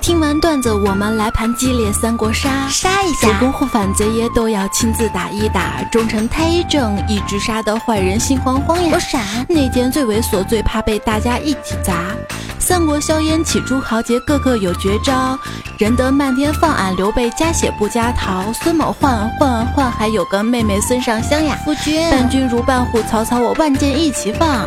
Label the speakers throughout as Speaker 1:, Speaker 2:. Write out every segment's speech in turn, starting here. Speaker 1: 听完段子，我们来盘激烈三国杀，
Speaker 2: 杀一
Speaker 1: 主
Speaker 2: 下。
Speaker 1: 公或反贼也都要亲自打一打，忠臣太正，一直杀得坏人心慌慌呀
Speaker 2: 我。闪，
Speaker 1: 内奸最猥琐，最怕被大家一起砸。三国硝烟起，诸豪杰个个有绝招。仁德漫天放俺刘备加血不加逃。孙某换换换，还有个妹妹孙尚香呀。
Speaker 2: 夫君，
Speaker 1: 伴君如伴虎，曹操我万箭一齐放。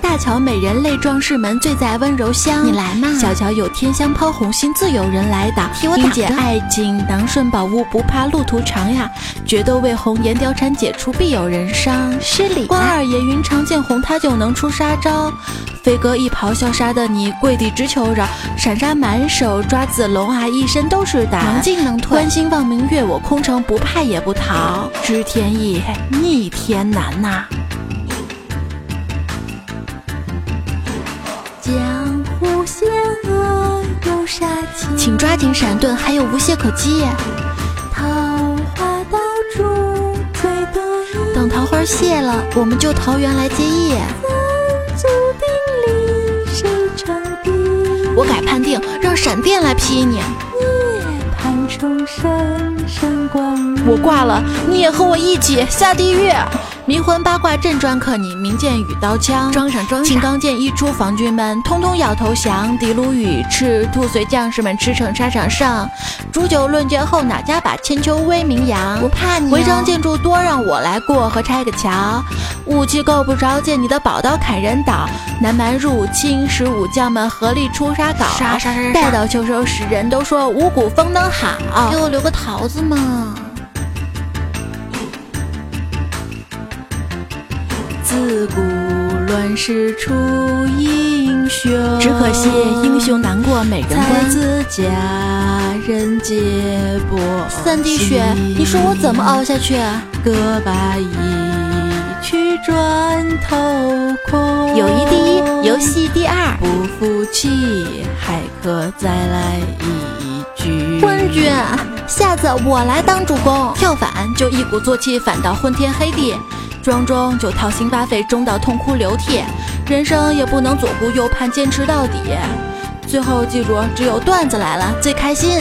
Speaker 1: 大乔美人泪，壮士们醉在温柔乡。
Speaker 2: 你来嘛
Speaker 1: 小乔有天香抛红心，自有人来挡。
Speaker 2: 替我
Speaker 1: 英
Speaker 2: 挡
Speaker 1: 姐
Speaker 2: 着
Speaker 1: 爱情囊顺宝物，不怕路途长呀。决斗为红颜，貂蝉解除必有人伤。
Speaker 2: 失礼
Speaker 1: 关
Speaker 2: 了。
Speaker 1: 二爷云长见红，他就能出杀招。飞哥一咆哮，杀得你跪地直求饶。闪杀满手抓子龙啊，一身都是胆
Speaker 2: 能。进能退
Speaker 1: 关，心望明月，我空城不怕也不逃。知天意，逆天难呐、
Speaker 2: 江湖险恶有杀气，
Speaker 1: 请抓紧闪遁，还有无懈可击。
Speaker 2: 桃花岛主醉得意，
Speaker 1: 等桃花谢了，我们就桃园来接艺。
Speaker 2: 注定离谁成敌？
Speaker 1: 我改判定，让闪电来劈你。
Speaker 2: 夜盼重生，生光明。
Speaker 1: 我挂了，你也和我一起下地狱。迷魂八卦阵专克你，明剑与刀枪。
Speaker 2: 装上装
Speaker 1: 青
Speaker 2: 上，
Speaker 1: 钢剑一出，防军们通通要投降。狄卢与赤兔随将士们驰骋沙场上。煮酒论剑后，哪家把千秋威名扬？
Speaker 2: 不怕你、哦。
Speaker 1: 违章建筑多，让我来过河拆个桥。武器够不着，借你的宝刀砍人倒。南蛮入侵时，武将们合力出杀稿。
Speaker 2: 杀杀杀
Speaker 1: 待
Speaker 2: 杀！
Speaker 1: 到秋收时，人都说五谷丰登好
Speaker 2: 给。我留个桃子嘛。
Speaker 1: 自古乱世出英雄，
Speaker 2: 只可惜英雄
Speaker 1: 难过美人
Speaker 2: 关
Speaker 1: 自佳人杰薄
Speaker 2: 三滴血，你说我怎么熬下去、啊？
Speaker 1: 歌罢一曲转头空
Speaker 2: 友谊第一，游戏第二。
Speaker 1: 不服气，还可再来一句。
Speaker 2: 昏君，下次我来当主公。
Speaker 1: 跳反就一鼓作气反到昏天黑地，庄中就掏心挖肺中到痛哭流涕，人生也不能左顾右盼，坚持到底。最后记住，只有段子来了最开心。